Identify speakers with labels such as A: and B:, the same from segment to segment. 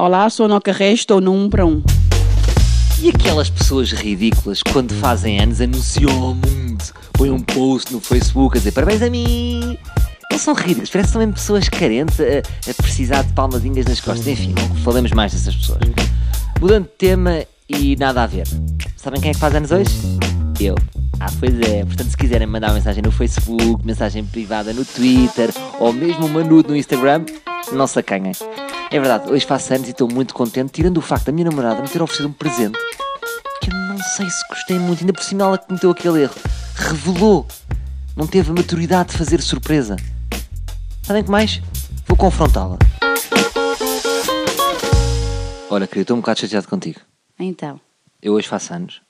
A: Olá, sono Carré, estou no 1 para 1.
B: E aquelas pessoas ridículas quando fazem anos anunciam ao mundo, põem um post no Facebook a dizer parabéns a mim. Eles são ridículos, parece que são mesmo pessoas carentes a, a precisar de palmadinhas nas costas. Enfim, não falemos mais dessas pessoas. Mudando de tema e nada a ver. Sabem quem é que faz anos hoje? Eu. Ah, pois é. Portanto, se quiserem mandar mensagem no Facebook, mensagem privada no Twitter ou mesmo uma nude no Instagram, não se acanhem. É verdade, hoje faço anos e estou muito contente, tirando o facto da minha namorada me ter oferecido um presente que eu não sei se gostei muito, ainda por cima ela cometeu aquele erro. Revelou. Não teve a maturidade de fazer surpresa. Sabem que mais? Vou confrontá-la. Olha, querido, estou um bocado chateado contigo.
A: Então,
B: Eu hoje faço anos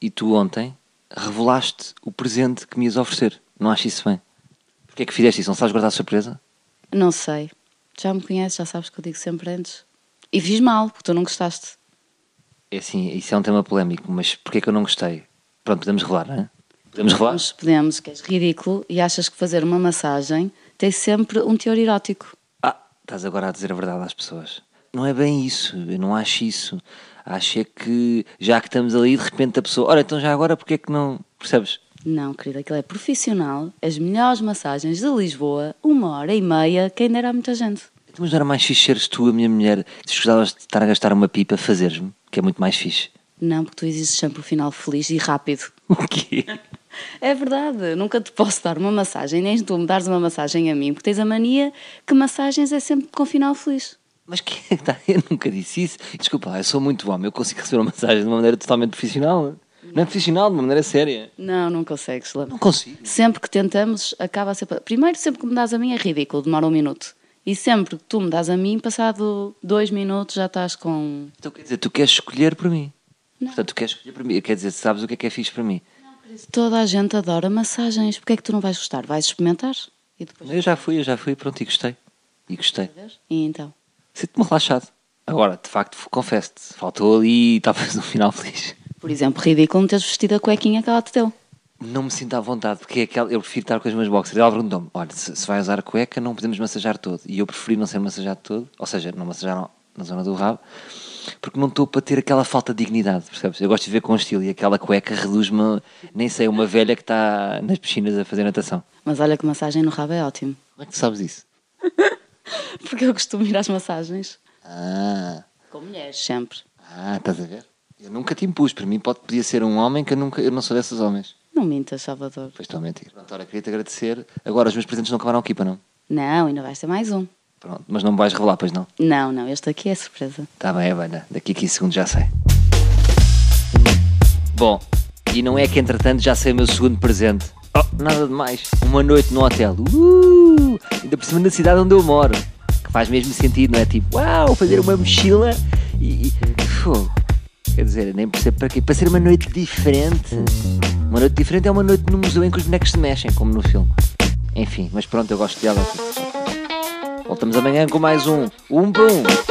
B: e tu ontem revelaste o presente que me ias oferecer. Não achas isso bem? Porquê é que fizeste isso? Não sabes guardar a surpresa?
A: não sei. Já me conheces, já sabes que eu digo sempre antes. E fiz mal, porque tu não gostaste.
B: É assim, isso é um tema polémico, mas porquê é que eu não gostei? Pronto, podemos revelar, não é? Podemos revelar?
A: Podemos, podemos, que és ridículo e achas que fazer uma massagem tem sempre um teor erótico.
B: Ah, estás agora a dizer a verdade às pessoas. Não é bem isso, eu não acho isso. Acho é que já que estamos ali, de repente a pessoa, ora, então já agora porquê é que não. Percebes?
A: Não, querida, aquilo é profissional, as melhores massagens de Lisboa, uma hora e meia, quem dera a muita gente.
B: Então, Mas não era mais fixe seres tu, a minha mulher, se escusavas de estar a gastar uma pipa, fazeres-me, que é muito mais fixe.
A: Não, porque tu exiges sempre o final feliz e rápido.
B: O quê?
A: É verdade, nunca te posso dar uma massagem, nem tu me dares uma massagem a mim, porque tens a mania que massagens é sempre com final feliz.
B: Mas quem é que está? Eu nunca disse isso. Desculpa, lá, eu sou muito homem, eu consigo receber uma massagem de uma maneira totalmente profissional. Não é profissional, de uma maneira séria.
A: Não, não consegues, Lama.
B: Não consigo.
A: Sempre que tentamos, acaba a ser. Primeiro, sempre que me dás a mim é ridículo, demora um minuto. E sempre que tu me dás a mim, passado dois minutos já estás com.
B: Então quer dizer, tu queres escolher para mim.
A: Não.
B: Portanto, tu queres escolher para mim. Quer dizer, sabes o que é que é fixe para mim.
A: Toda a gente adora massagens, porque é que tu não vais gostar? Vais experimentar? E depois.
B: Eu já fui, eu já fui, pronto, e gostei. E gostei.
A: E então?
B: Sinto-me relaxado. Agora, de facto, confesso-te, faltou ali talvez um final feliz.
A: Por exemplo, ridículo me teres vestido a cuequinha que ela te deu.
B: Não me sinto à vontade, porque é aquela, eu prefiro estar com as minhas boxers. Ela perguntou-me: olha, se, se vai usar cueca, não podemos massajar todo. E eu preferi não ser massajado todo, ou seja, não massajar na zona do rabo, porque não estou para ter aquela falta de dignidade, percebes? Eu gosto de ver com um estilo e aquela cueca reduz-me, a, nem sei, uma velha que está nas piscinas a fazer natação.
A: Mas olha que massagem no rabo é ótimo.
B: Como é que tu sabes isso?
A: Porque eu costumo ir às massagens.
B: Ah,
A: Com mulheres, sempre.
B: ah estás a ver? Eu nunca te impus, para mim pode, podia ser um homem que eu, nunca, eu não sou desses homens.
A: Não mintas, Salvador.
B: Pois estou a mentir. Pronto, ora, queria-te agradecer. Agora, os meus presentes não acabaram aqui, para não?
A: Não, ainda vais ter mais um.
B: Pronto, mas não me vais revelar, pois não?
A: Não, não, este aqui é surpresa.
B: Tá bem, Havana. Daqui a 15 segundos já sei. Bom, e não é que entretanto já sei o meu segundo presente. Oh, nada de mais. Uma noite no hotel. Uh, ainda por cima na cidade onde eu moro. Que faz mesmo sentido, não é? Tipo, uau, fazer uma mochila e. e fogo. Quer dizer, nem percebo para quê. Para ser uma noite diferente. Uma noite diferente é uma noite no museu em que os bonecos se mexem, como no filme. Enfim, mas pronto, eu gosto dela. Voltamos amanhã com mais um. Um para um.